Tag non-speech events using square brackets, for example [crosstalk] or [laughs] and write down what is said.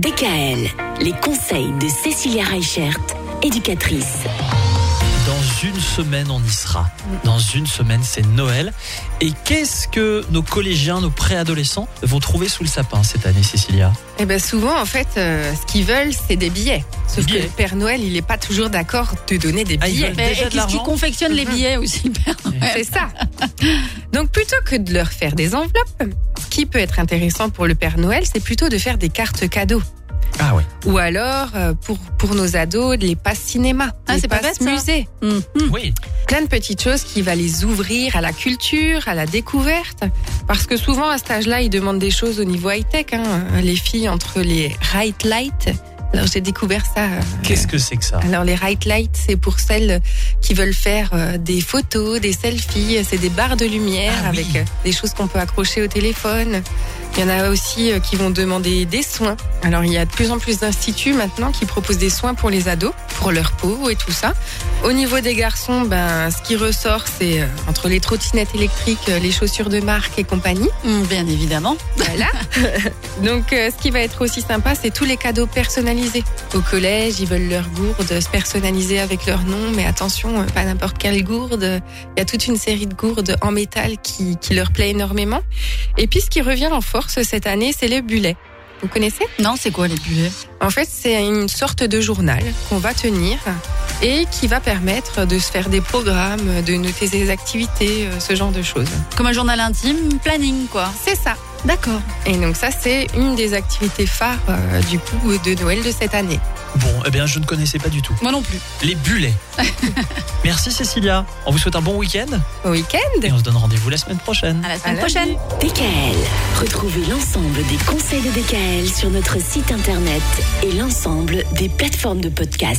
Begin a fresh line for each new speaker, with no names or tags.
DKL, les conseils de Cécilia Reichert, éducatrice.
Dans une semaine, on y sera. Dans une semaine, c'est Noël. Et qu'est-ce que nos collégiens, nos préadolescents vont trouver sous le sapin cette année, Cécilia
Eh ben souvent, en fait, euh, ce qu'ils veulent, c'est des billets. Sauf
Billets.
que le Père Noël, il n'est pas toujours d'accord de donner des
Ah, ils
billets.
veulent
Mais,
déjà
et
de
qu'est-ce qui
l'argent
confectionne les billets aussi Père
[laughs] C'est ça. Donc plutôt que de leur faire des enveloppes, ce qui peut être intéressant pour le Père Noël, c'est plutôt de faire des cartes cadeaux.
Ah oui.
Ou alors, euh, pour, pour nos ados, les passes cinéma,
Ah,
les
c'est pas
passes
bête, ça.
musée.
Noël
Oui.
Plein de petites choses qui va les ouvrir à la culture, à la découverte. Parce que souvent, à cet âge-là, ils demandent des choses au niveau high-tech. hein. Les filles, entre les right light. Alors, j'ai découvert ça. euh,
Qu'est-ce que c'est que ça
alors les right lights, c'est pour celles qui veulent faire euh, des photos, des selfies, c'est des barres de lumière
Ah oui.
avec euh, des choses qu'on peut accrocher au téléphone. Il y en a aussi euh, qui vont demander des soins. Alors il y a de plus en plus d'instituts maintenant qui proposent des soins pour les ados, pour leur peau et tout ça. Au niveau des garçons, ben ce qui ressort c'est euh, entre les trottinettes électriques, euh, les chaussures de marque et compagnie.
Hum, Bien évidemment.
Voilà. Donc, euh, ce qui va être aussi sympa, c'est tous les cadeaux personnalisés. Au collège, ils veulent leur gourde se personnaliser avec leur nom, mais attention, euh, pas n'importe quelle gourde. Il y a toute une série de gourdes en métal qui, qui leur plaît énormément. Et puis, ce qui revient en force cette année, c'est les bullet. Vous connaissez
Non, c'est quoi les billets
En fait, c'est une sorte de journal qu'on va tenir et qui va permettre de se faire des programmes, de noter des activités, euh, ce genre de choses.
Comme un journal intime, planning quoi.
C'est ça.
D'accord.
Et donc ça, c'est une des activités phares euh, du coup de Noël de cette année.
Bon, eh bien, je ne connaissais pas du tout.
Moi non plus. [laughs]
Les bullets. Merci, Cécilia. On vous souhaite un bon week-end
Au week-end,
et on se donne rendez-vous la semaine prochaine.
À la
À
semaine
la
prochaine.
DKL, retrouvez l'ensemble des conseils de DKL sur notre site internet et l'ensemble des plateformes de podcast.